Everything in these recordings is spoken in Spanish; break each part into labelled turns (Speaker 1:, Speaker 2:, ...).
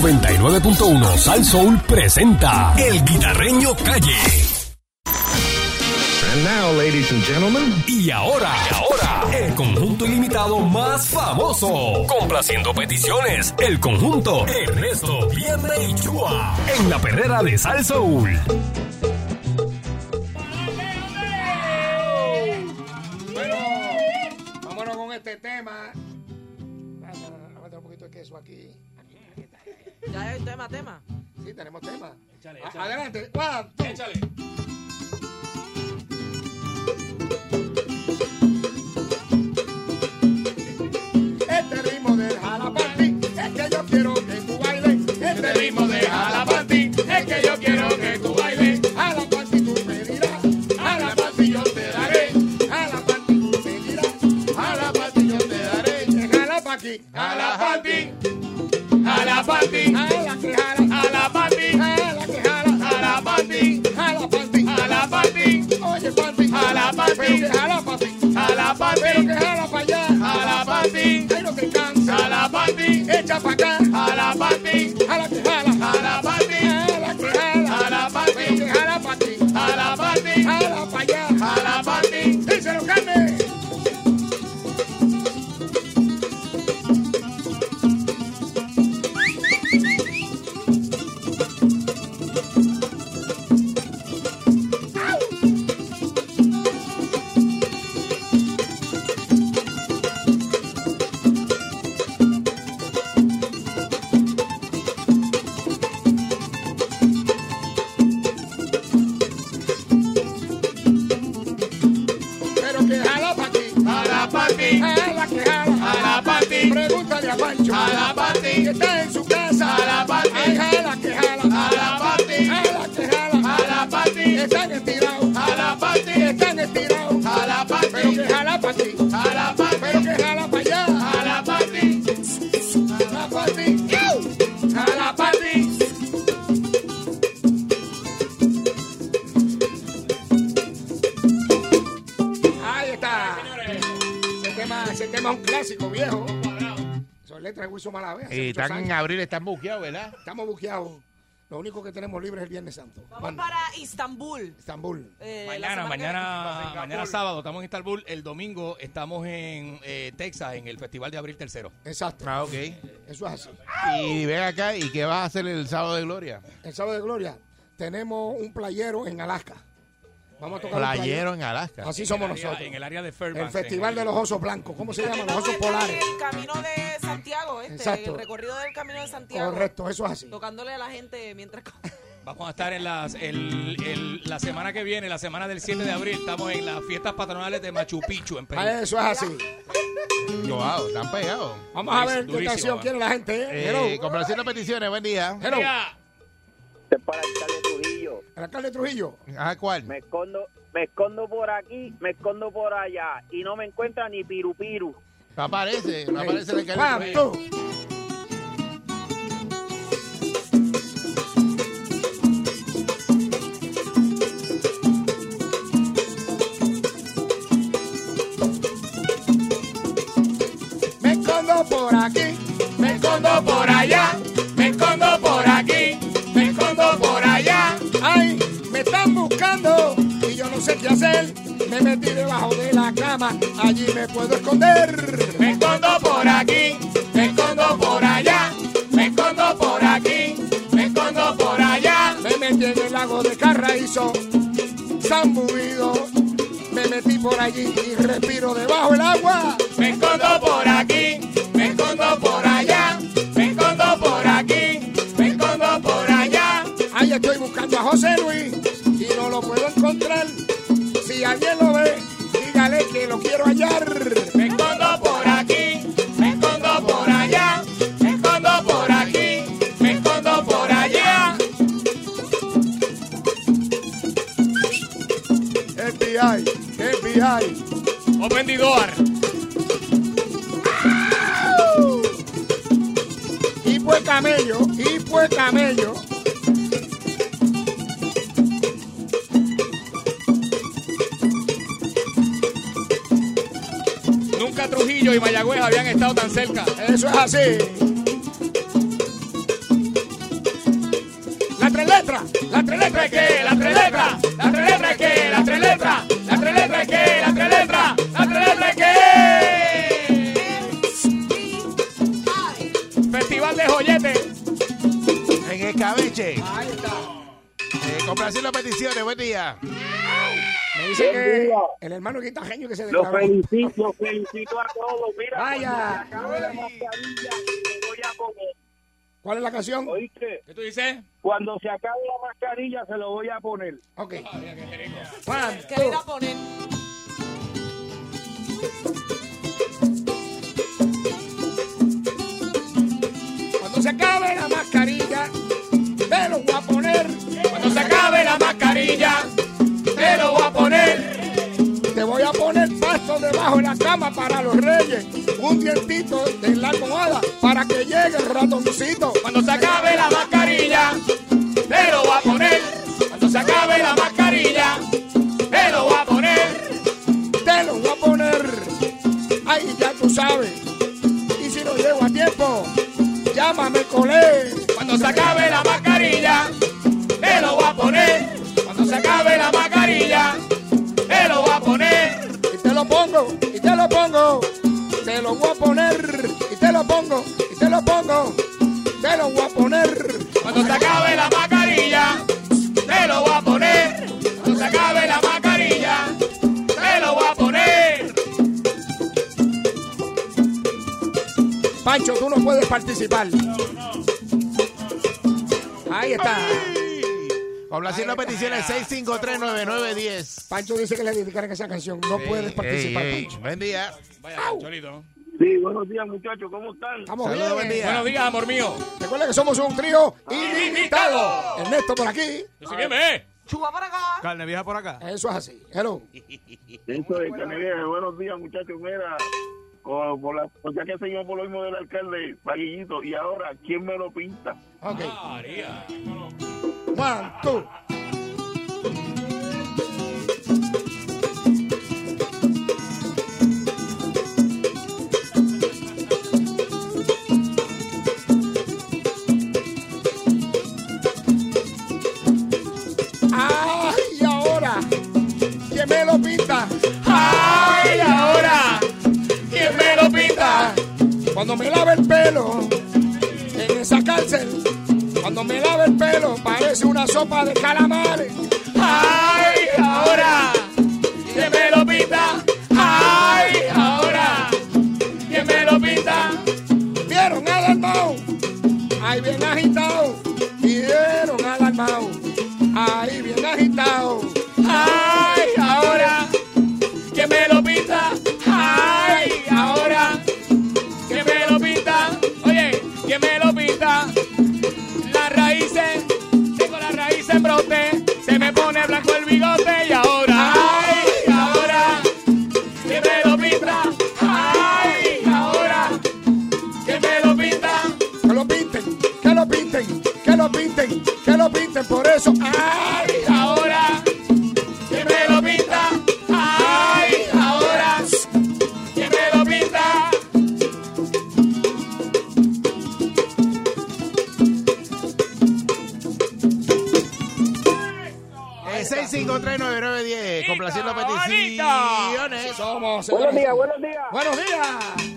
Speaker 1: 99.1 Sal Soul presenta El Guitarreño Calle.
Speaker 2: And now, ladies and gentlemen,
Speaker 1: Y ahora, y ahora, el conjunto ilimitado más famoso. Complaciendo peticiones, el conjunto Ernesto Vierne y Chua. En la perrera de Sal Soul.
Speaker 3: Bueno, vámonos con este tema. Ah, no, no, no, Vamos a meter un poquito de queso aquí.
Speaker 4: Ya hay tema, tema.
Speaker 3: Sí, tenemos tema. A- Adelante. One, two. Este ritmo de Jalapati es que yo quiero que tú bailes. Este ritmo de Jalapati es que yo quiero que tú bailes. Jalapati tú me dirás, Jalapati yo te daré. Jalapati tú me dirás, Jalapati yo te daré. Jalapati, Jalapati, Jalapati, jala que jala, Jalapati, jala que jala, Jalapati, Jalapati, Jalapati. Oye, Pati, Jalapati, pero que Jalapati, Jalapati, pero que jala para allá, Jalapati, ay no te cansa, Jalapati, echa para acá, Jalapati, jala que jala, Jalapati, jala que jala, Jalapati, pero que jala para ti, Jalapati, jala para allá, Jalapati, díselo Carmen. Pero que jala pa' aquí. Jala pa' ti. Jala que jala. Jala pa' ti. Pregúntale a Pancho. Jala pa' ti. Que está en su casa. Jala pa' ti. Ay, jala que jala. Jala pa' ti. Jala que jala. Jala pa' ti. Están estirados. Jala pa' ti. Están estirados. Jala pa' ti. Pero que jala pa' ti. Jala pa' ti. Pero que jala pa' allá. Jala pa' ti. Jala pa' ti. ¡Iu! Jala pa' ti. Ahí está. Ese tema, ese tema es un clásico viejo. Son letras de Wilson Malavé. hace
Speaker 5: Y
Speaker 3: muchos
Speaker 5: están en
Speaker 3: años.
Speaker 5: abril, están buqueados, ¿verdad?
Speaker 3: Estamos buqueados. Lo único que tenemos libre es el Viernes Santo.
Speaker 4: Vamos
Speaker 3: Manda.
Speaker 4: para Istambul.
Speaker 3: Estambul.
Speaker 4: Eh, la
Speaker 6: Mañana,
Speaker 4: semana
Speaker 6: mañana, mañana sábado estamos en Istanbul, el domingo estamos en eh, Texas, en el Festival de Abril Tercero.
Speaker 3: Exacto.
Speaker 5: Ah, ok.
Speaker 3: Eso es así.
Speaker 5: Y ven acá, ¿y qué vas a hacer el sábado de gloria?
Speaker 3: El sábado de gloria tenemos un playero en Alaska. Vamos a tocar un
Speaker 5: Playero en Alaska.
Speaker 3: Así somos
Speaker 6: En el área-
Speaker 3: nosotros.
Speaker 6: En el área de
Speaker 3: El
Speaker 6: Fairbanks.
Speaker 3: Festival
Speaker 6: en
Speaker 3: de
Speaker 6: el-
Speaker 3: los Osos Blancos. ¿Cómo se
Speaker 4: que
Speaker 3: llama?
Speaker 4: viene.
Speaker 3: Los Osos
Speaker 4: Estamos en
Speaker 3: Polares.
Speaker 4: El camino de Santiago, este,
Speaker 3: Exacto.
Speaker 4: el recorrido del camino de Santiago.
Speaker 3: Correcto, eso es así.
Speaker 4: Tocándole a la gente mientras. co-
Speaker 6: Vamos a estar en las, el- el- la semana que viene, la semana del 7 de abril, estamos en las fiestas patronales de Machu Picchu en Perú.
Speaker 3: Ah, Eso es así.
Speaker 5: Wow, están pegados.
Speaker 3: Vamos a ver qué
Speaker 6: Durísimo,
Speaker 3: canción
Speaker 6: va.
Speaker 3: quiere la gente. ¿eh?
Speaker 5: Eh,
Speaker 3: Hello.
Speaker 5: complaciendo peticiones, buen día.
Speaker 3: Hello.
Speaker 6: Mira,
Speaker 7: Este es para el alcalde Trujillo.
Speaker 3: El alcalde Trujillo.
Speaker 5: Ajá, Ah, ¿cuál?
Speaker 7: Me escondo, me escondo por aquí, me escondo por allá y no me encuentra ni pirupiru.
Speaker 5: No aparece, no aparece el
Speaker 3: Pam,
Speaker 5: alcalde.
Speaker 3: tú. Me escondo por aquí, me escondo por allá, me escondo por aquí, me escondo por allá. Ay, me están buscando y yo no sé qué hacer. Me metí debajo de la cama, allí me puedo esconder. Me escondo por aquí, me escondo por allá, me escondo por aquí, me escondo por allá. Me metí en el lago de Carraízo, zambudido. Me metí por allí y respiro debajo el agua. Me escondo por aquí, me escondo por allá, me escondo por aquí, me escondo por allá. Ahí estoy buscando a José Luis y no lo puedo encontrar. Si alguien lo ve, dígale que lo quiero hallar. Me escondo por aquí, me escondo por allá, me escondo por aquí, me escondo por allá. FBI, FBI. Oh,
Speaker 6: Open the door.
Speaker 3: Y pues camello, y pues camello.
Speaker 6: Nunca Trujillo y Mayagüez habían estado tan cerca.
Speaker 3: Eso es así. tres letras, las tres letras es que, las tres letras, las tres letras es que, las tres letras, las tres letras es que, las tres letras, las tres letras es que. Festival de joyetes.
Speaker 5: En escabeche. Eh, complacer las peticiones, buen día.
Speaker 3: Me dice
Speaker 7: Buen
Speaker 3: que
Speaker 7: día.
Speaker 3: el hermano guitajeño que se
Speaker 7: Los
Speaker 3: declaró.
Speaker 7: felicito, los felicito a todos. Mira,
Speaker 3: Vaya.
Speaker 7: me acabo la mascarilla, me voy a poner.
Speaker 3: ¿Cuál es la canción?
Speaker 7: ¿Oíste?
Speaker 6: ¿Qué tú dices?
Speaker 7: Cuando se acabe la mascarilla, se lo voy a poner.
Speaker 3: Ok.
Speaker 4: ¿Qué le irá a poner?
Speaker 3: Cuando se acabe la mascarilla, te lo voy a poner. Cuando se acabe la mascarilla, te lo voy a poner. Te voy a poner pasto debajo de la cama para los reyes. Un dientito de la almohada para que llegue el ratoncito. Cuando se acabe la mascarilla, te lo voy a poner. Cuando se acabe la mascarilla, te lo voy a poner. Te lo voy a poner. Ahí ya tú sabes. Y si no llego a tiempo, llámame colé. Cuando se acabe la mascarilla, te lo voy a poner. Cuando se acabe la mascarilla, te lo voy a poner. Y te lo pongo, y te lo pongo, te lo voy a poner. Y te lo pongo, y te lo pongo, te lo voy a poner. Cuando se acabe la mascarilla, te lo voy a poner. Cuando se acabe la mascarilla, te lo voy a poner. Pancho, tú no puedes participar. Ahí está.
Speaker 5: Complacer las peticiones 6539910.
Speaker 3: Pancho dice que le dedicaron esa canción. No puedes participar,
Speaker 5: Ey, ey,
Speaker 3: Pancho.
Speaker 5: Eh, Buen día.
Speaker 6: Vaya, Cholito.
Speaker 7: Sí, buenos días, muchachos. ¿Cómo están?
Speaker 3: Estamos
Speaker 5: Saludos,
Speaker 3: bien.
Speaker 5: buen día.
Speaker 6: Buenos días, amor mío.
Speaker 3: Recuerda que somos un trío ilimitado. Ernesto por aquí.
Speaker 6: Yo soy bien, ¿eh?
Speaker 4: Chuba para acá.
Speaker 6: Carne vieja por acá.
Speaker 3: Eso es así. Hello.
Speaker 7: Eso de que me digan, buenos días, muchachos. Mira, con- por la, pues ya que seguimos por lo mismo del alcalde, Paguillito, y ahora, ¿quién me lo pinta?
Speaker 3: Ok.
Speaker 6: María.
Speaker 3: One, two. Ay, ahora. ¿Quién me lo pinta? Ay, ahora. ¿Quién me lo pinta? Cuando me lava el pelo en esa cárcel. Cuando me lava el pelo parece una sopa de calamares. ¡Ay, ahora! ¿Quién me lo pinta? ¡Ay, ahora! ¿Quién me lo pinta? Vieron al armado, ahí bien agitado. Vieron al armado, ahí bien agitado. ¡Ay, ahora! ¿Quién me lo pinta? Ah, ¡Ay, ahora! ¿Quién me lo pinta? Oye, ¿quién me lo pinta? Las raíces, tengo las raíces en brote, se me pone blanco el bigote y ahora, ay, ahora, que me lo pinta, ay, ahora, que me lo pinta. Que lo pinten, que lo pinten, que lo pinten, que lo pinten, por eso, ay, ahora, que me lo pinta, ay, ahora, que me lo pinta.
Speaker 5: Eh, 6539910. Complacer las
Speaker 3: peticiones.
Speaker 5: peticiones.
Speaker 3: Somos.
Speaker 7: Buenos días,
Speaker 3: señores.
Speaker 7: buenos días.
Speaker 3: Buenos días.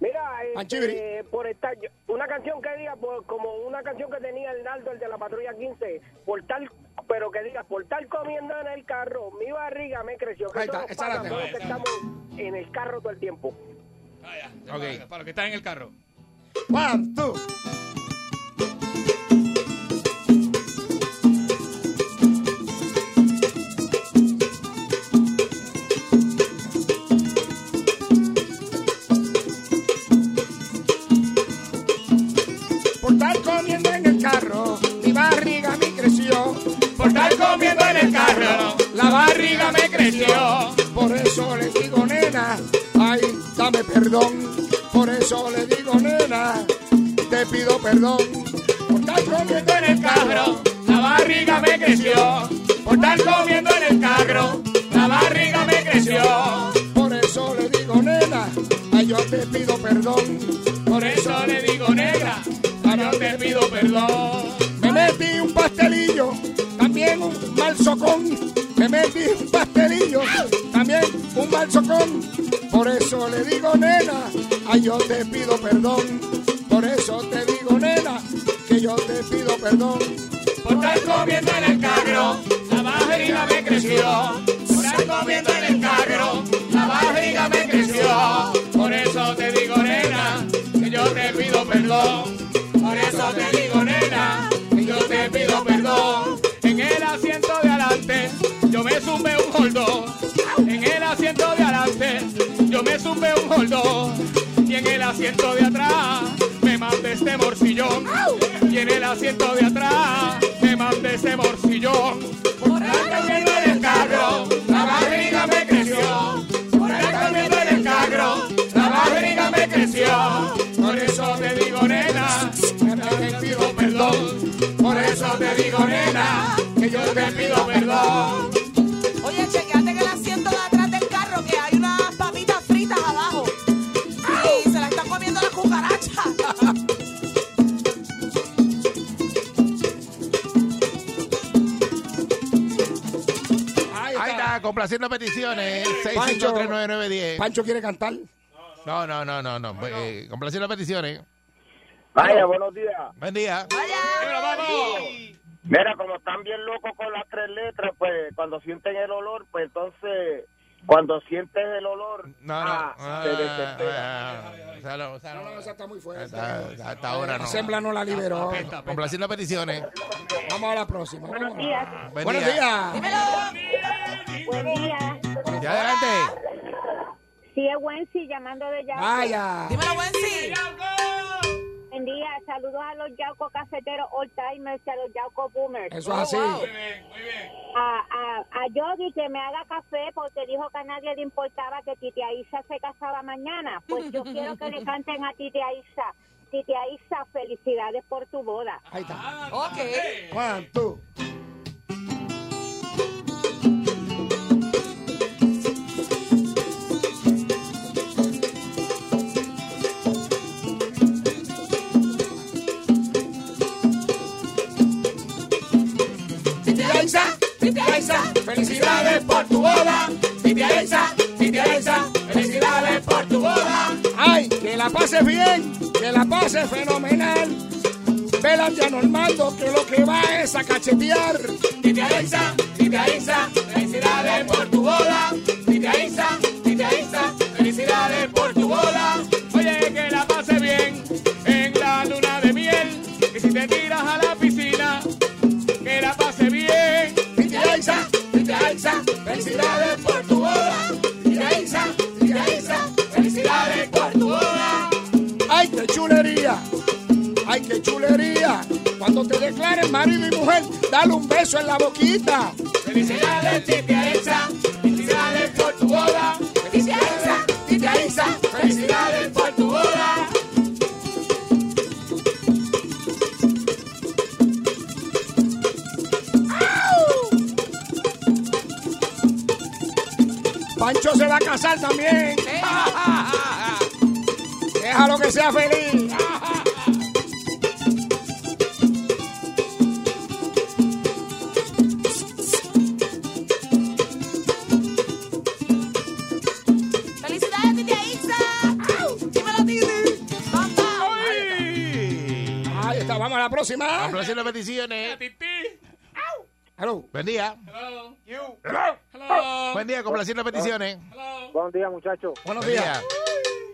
Speaker 7: Mira, este,
Speaker 3: Panchibiri.
Speaker 7: por estar, yo- una canción que diga, por- como una canción que tenía el Naldo, el de la patrulla 15, por tal, pero que diga, por tal comiendo en el carro, mi barriga me creció. Que
Speaker 3: Ahí
Speaker 7: eso
Speaker 3: está,
Speaker 7: nos
Speaker 3: esa la
Speaker 7: pasa a
Speaker 3: tengo.
Speaker 7: todos que estamos en el carro todo el tiempo.
Speaker 6: Vaya,
Speaker 5: Ok.
Speaker 6: Para los que están en el carro.
Speaker 3: One, two. Por estar comiendo en el carro, mi barriga me creció. Por estar comiendo en el carro, la barriga me creció. Por eso le digo, nena, ay, dame perdón. Por eso le digo, nena, te pido perdón. Por estar comiendo en el carro, la barriga me creció. Por estar comiendo en el carro, la barriga me creció. Por eso le digo, nena, ay, yo te pido perdón. Por eso le digo, negra, ay, yo te pido perdón. Me metí un par pastelillo, también un mal socón. Me metí un pastelillo, también un mal socón. Por eso le digo, nena, ay, yo te pido perdón. Por eso te digo, nena, que yo te pido perdón.
Speaker 8: Por estar comiendo en el carro, la barriga me creció. Por estar comiendo en el carro, la barriga me creció. Por eso te digo, nena, que yo te pido perdón. Por eso te digo, nena, que yo te pido perdón. En el asiento de adelante, yo me sumé un gordo. En el asiento de adelante, yo me sumé un gordo. Y en el asiento de atrás, me mandé este morcillón. Y en el asiento de atrás, me mandé este morcillón. Por estar comiendo en el carro, la barriga me creció. Por estar comiendo en el carro, la barriga me creció. Por eso te digo, nena, que te pido perdón. Por eso te digo, nena, que yo te pido perdón.
Speaker 4: Oye, chequeate en el asiento de atrás del carro que hay unas papitas fritas abajo. Y se la están comiendo las cucarachas.
Speaker 5: Ahí está, complaciendo peticiones.
Speaker 3: Pancho.
Speaker 5: 6539910.
Speaker 3: Pancho quiere cantar.
Speaker 5: No, no, no, no, no. eh, complaciendo peticiones.
Speaker 7: Vaya, buenos días.
Speaker 5: Buen día.
Speaker 7: Mira, como están bien locos con las tres letras, pues cuando sienten el olor, pues entonces, cuando sientes el olor,
Speaker 5: No, no.
Speaker 7: ah, te desesperas.
Speaker 5: Salud,
Speaker 3: No, no,
Speaker 5: salud.
Speaker 3: esa está muy fuerte.
Speaker 5: Hasta hasta ahora no.
Speaker 3: La sembla no la liberó.
Speaker 5: Complaciendo peticiones.
Speaker 3: Vamos a la próxima. Buenos días.
Speaker 5: Buen
Speaker 3: Buenos
Speaker 5: día.
Speaker 3: días.
Speaker 9: Buen día.
Speaker 5: Ya adelante.
Speaker 9: Sí, es Wensi llamando de Yauco.
Speaker 3: Vaya.
Speaker 4: Dímelo, Wensi.
Speaker 9: Buen día. Saludos a los Yauco cafeteros old timers y a los Yauco boomers.
Speaker 3: Eso es así.
Speaker 9: A, a, a Yogi que me haga café porque dijo que a nadie le importaba que Titia Isa se casaba mañana. Pues yo quiero que le canten a Titia Isa. Titia Isa, felicidades por tu boda.
Speaker 3: Ahí está.
Speaker 4: Ok.
Speaker 3: Juan, tú.
Speaker 4: Titia Isa, Titia Isa,
Speaker 3: Felicidades por tu boda.
Speaker 8: Titia Isa, Titia Isa, felicidades por tu boda.
Speaker 3: Ay, que la pases bien, que la pases fenomenal. Vela a Normando que lo que va es a cachetear.
Speaker 8: Titia Isa, Titia Isa, felicidades por tu boda. Titia Isa, Titia Isa, felicidades por tu boda. Oye, que la pase bien en la luna de miel. Y si te tiras a la piscina, que la pase bien. Titia Isa, Titia Isa, felicidades por tu boda. Titia Isa, Titia Isa, felicidades por tu boda.
Speaker 3: Ay, qué chulería. Ay, qué chulería. Cuando te declaren marido y mujer, dale un beso en la boquita.
Speaker 8: Felicidades, Titia Isa, felicidades por tu boda. Titia Isa, Titia Isa, felicidades por tu boda.
Speaker 3: Pancho se va a casar también. Déjalo que sea feliz.
Speaker 4: Felicidades, Titia Isa. Dímelo, Titi. Papá.
Speaker 3: Ahí está, vamos a la próxima.
Speaker 5: Complaciendo peticiones.
Speaker 3: Hello.
Speaker 5: Buen día. Buen día, complaciendo peticiones.
Speaker 7: Buenos días, muchachos.
Speaker 3: Buenos
Speaker 5: Buen
Speaker 3: días.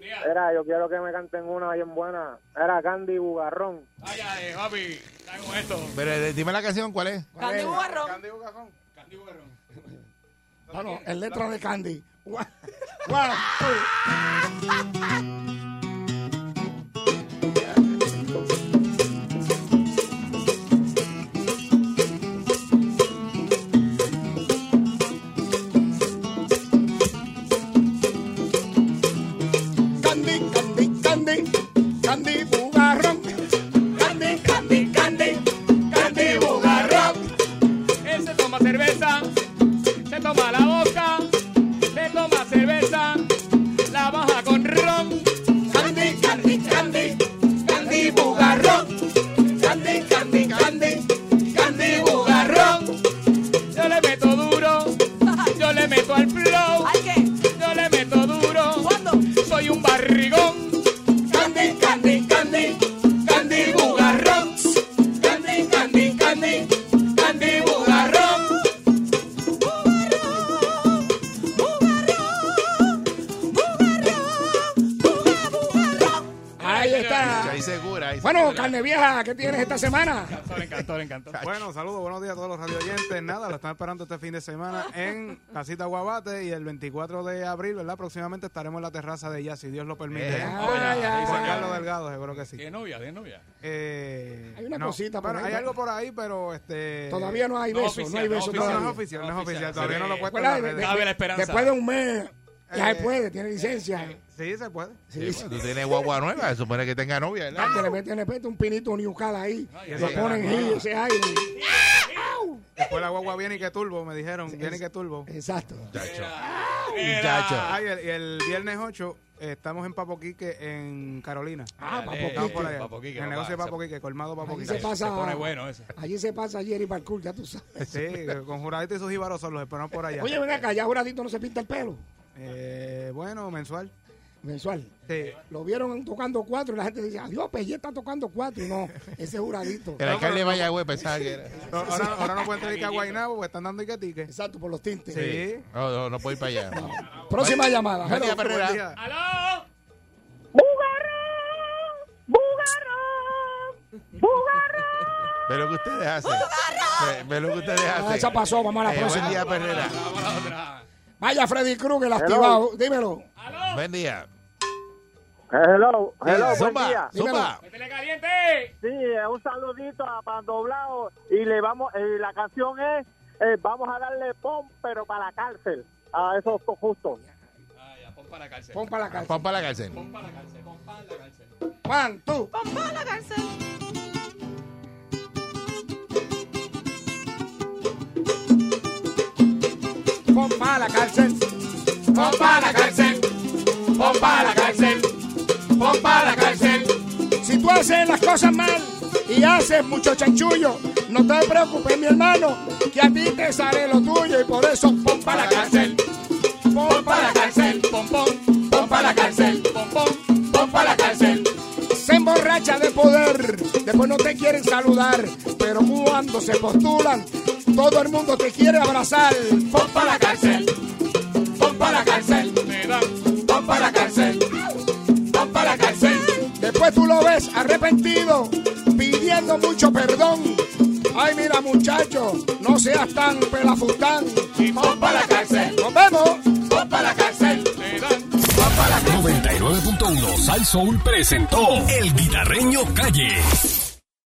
Speaker 5: día.
Speaker 7: Era, yo quiero que me canten una bien buena. Era Candy Bugarrón.
Speaker 6: Vaya, eh, papi, está con esto.
Speaker 5: Pero eh, dime la canción, ¿cuál es?
Speaker 4: Candy Bugarrón.
Speaker 3: No, no, en letra de Candy. One, one, two. Candy, Candy, Candy, Candy Bugarrón. Candy, Candy, Candy, Candy Bugarrón.
Speaker 8: Él se toma cerveza, se toma la boca, se toma cerveza, la baja con ron,
Speaker 3: tienes, vieja? ¿Qué tienes esta semana?
Speaker 6: Cantor, encantor, encantor.
Speaker 10: Bueno, saludos, buenos días a todos los radioyentes. Nada, lo están esperando este fin de semana en Casita Guabate y el 24 de abril, ¿verdad? Próximamente estaremos en la terraza de ella, si Dios lo permite.
Speaker 6: Eh,
Speaker 10: ¿eh?
Speaker 6: oye,
Speaker 10: Ahí
Speaker 6: ahí
Speaker 10: Juan
Speaker 6: se
Speaker 10: Carlos
Speaker 6: acaba.
Speaker 10: Delgado, seguro que sí.
Speaker 6: ¿Tiene novia? ¿Tiene novia?
Speaker 10: Eh,
Speaker 3: Hay una cosita por
Speaker 10: bueno,
Speaker 3: ahí,
Speaker 10: Hay
Speaker 3: ¿no?
Speaker 10: algo por ahí, pero este
Speaker 3: Todavía no hay
Speaker 6: No
Speaker 3: beso, no hay
Speaker 6: oficial,
Speaker 3: beso
Speaker 10: No, no
Speaker 3: todavía.
Speaker 10: es oficial, no es oficial.
Speaker 6: Oficial,
Speaker 10: Todavía
Speaker 6: sí.
Speaker 10: no lo he puesto en
Speaker 3: Recuerda,
Speaker 10: las
Speaker 3: de-
Speaker 10: redes.
Speaker 6: Cabe la esperanza.
Speaker 3: Después de un mes, ya
Speaker 10: Eh,
Speaker 3: se puede, tiene licencia.
Speaker 10: Sí, se puede.
Speaker 3: Sí, sí.
Speaker 5: pues Tú tienes guagua nueva, se supone que tenga novia, ¿verdad?
Speaker 3: Ah, que le meten, le meten un pinito nucal ahí.
Speaker 10: ya
Speaker 3: Lo
Speaker 10: sé.
Speaker 3: ponen ahí, ese aire.
Speaker 10: Después la guagua viene y que turbo, me dijeron. Viene y que turbo.
Speaker 3: Exacto.
Speaker 10: Ah, y el, y el viernes 8 eh, estamos en Papoquique, en Carolina.
Speaker 3: Ah,
Speaker 6: Dale,
Speaker 10: Estamos
Speaker 3: papoquito.
Speaker 10: por allá.
Speaker 6: Papo Quique,
Speaker 10: en el negocio de
Speaker 6: papá,
Speaker 10: Papo Quique, colmado Papo
Speaker 3: Ahí
Speaker 10: Quique.
Speaker 3: se pasa.
Speaker 6: Se pone bueno ese.
Speaker 3: Allí se pasa Jerry Parkour, ya tú sabes.
Speaker 10: Sí, con Juradito y sus jíbaros son los esperamos por allá.
Speaker 3: Oye, ven acá, ya Juradito no se pinta el pelo
Speaker 10: Eh, bueno, mensual.
Speaker 3: mensual.
Speaker 10: Sí.
Speaker 3: Lo vieron tocando cuatro y la gente dice, adiós, Pellé está tocando cuatro. Y no, ese Juradito.
Speaker 5: El alcalde de Mayagüez pensaba que era.
Speaker 10: No, Ahora, ahora no pueden tener que a Guaynabo porque están dando icatique.
Speaker 3: Exacto, por los tintes.
Speaker 10: Sí.
Speaker 5: No, no, no puedo ir para allá.
Speaker 3: Próxima llamada.
Speaker 5: Buen día,
Speaker 3: Hello.
Speaker 5: Perrera.
Speaker 10: Buen día.
Speaker 6: ¡Aló!
Speaker 9: ¡Bugarrón! ¡Bugarrón! ¡Bugarrón!
Speaker 5: Ve lo que ustedes hacen. Ve, ve lo que ustedes hacen.
Speaker 3: Ah, esa pasó, vamos a la
Speaker 5: Eh, buen día,
Speaker 3: próxima.
Speaker 5: Perrera.
Speaker 6: Vamos a la otra.
Speaker 3: Vaya Freddy Krueger, el activado. Dímelo.
Speaker 5: Buen día.
Speaker 7: Eh, Hello, hello, buen
Speaker 5: Zumba,
Speaker 7: día.
Speaker 5: zumba.
Speaker 6: ¡Métele caliente!
Speaker 7: Sí, eh, un saludito a Pandoblao y le vamos, eh, la canción es eh, vamos a darle pom pero para la cárcel a esos justos.
Speaker 6: Ah, ya, pon para la cárcel.
Speaker 3: Pon para la casa.
Speaker 5: Pon para la cárcel.
Speaker 6: Pon para la cárcel, pon para la cárcel.
Speaker 3: Juan, tú.
Speaker 4: Pompa a la cárcel.
Speaker 3: Pon para la cárcel.
Speaker 8: Pon pa' la cárcel, pon pa' la cárcel, pon pa' la cárcel.
Speaker 3: Si tú haces las cosas mal y haces mucho chanchullo, no te preocupes, mi hermano, que a ti te sale lo tuyo y por eso pon
Speaker 8: Pa'
Speaker 3: para
Speaker 8: la cárcel, pon pa' la cárcel, pon pon, pon pa' la cárcel, pon pon, pon pa' la cárcel.
Speaker 3: Se emborracha de poder, después no te quieren saludar, pero cuando se postulan, todo el mundo te quiere abrazar.
Speaker 8: Pon pa' la cárcel, pon pa' la cárcel,
Speaker 6: Me dan.
Speaker 8: pon pa' la cárcel, pon pa' la cárcel.
Speaker 3: Después tú lo ves arrepentido, pidiendo mucho perdón. Ay, mira, muchacho, no seas tan pelafustán.
Speaker 8: Pon pa' la cárcel,
Speaker 3: Nos vemos.
Speaker 8: pon pa' la cárcel,
Speaker 1: 99.1 Sal Soul presentó El Guitarreño Calle.